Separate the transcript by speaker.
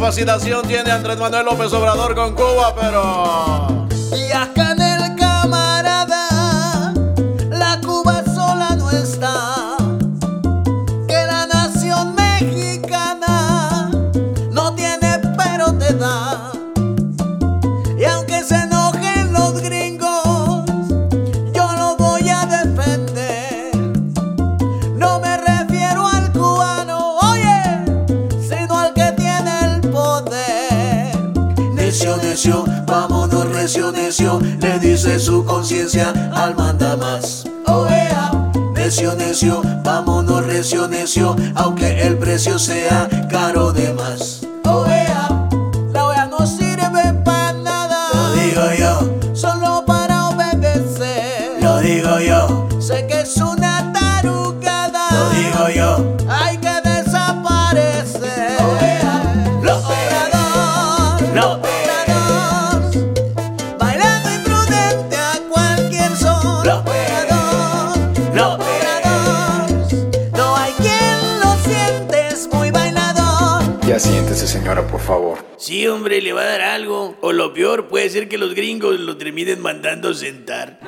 Speaker 1: fascinación tiene Andrés Manuel López Obrador con Cuba, pero.
Speaker 2: Y acá en el camarada, la Cuba sola no está. Que la nación mexicana no tiene pero te da. Y aunque se enojen los gringos, yo lo voy a defender. No me refiero al cubano, oye, sino al que tiene el poder.
Speaker 3: Necio, necio, vámonos recio, necio, le dice su conciencia al manda más.
Speaker 2: Oea,
Speaker 3: Necio, necio, vámonos recio, necio, aunque el precio sea caro de más.
Speaker 2: oea, la OEA no sirve para nada,
Speaker 3: Lo digo yo,
Speaker 2: solo para obedecer.
Speaker 3: lo digo yo,
Speaker 2: Sé que es una tarugada,
Speaker 3: lo digo yo.
Speaker 2: hay que desaparecer.
Speaker 3: López,
Speaker 2: Obrador,
Speaker 3: López.
Speaker 2: Obrador, bailando imprudente a cualquier sol.
Speaker 3: López.
Speaker 2: Obrador,
Speaker 3: López,
Speaker 2: Obrador, no hay quien lo siente, es muy bailador.
Speaker 4: Ya siéntese, señora, por favor.
Speaker 3: Sí, hombre, le va a dar algo. O lo peor, puede ser que los gringos lo terminen mandando sentar.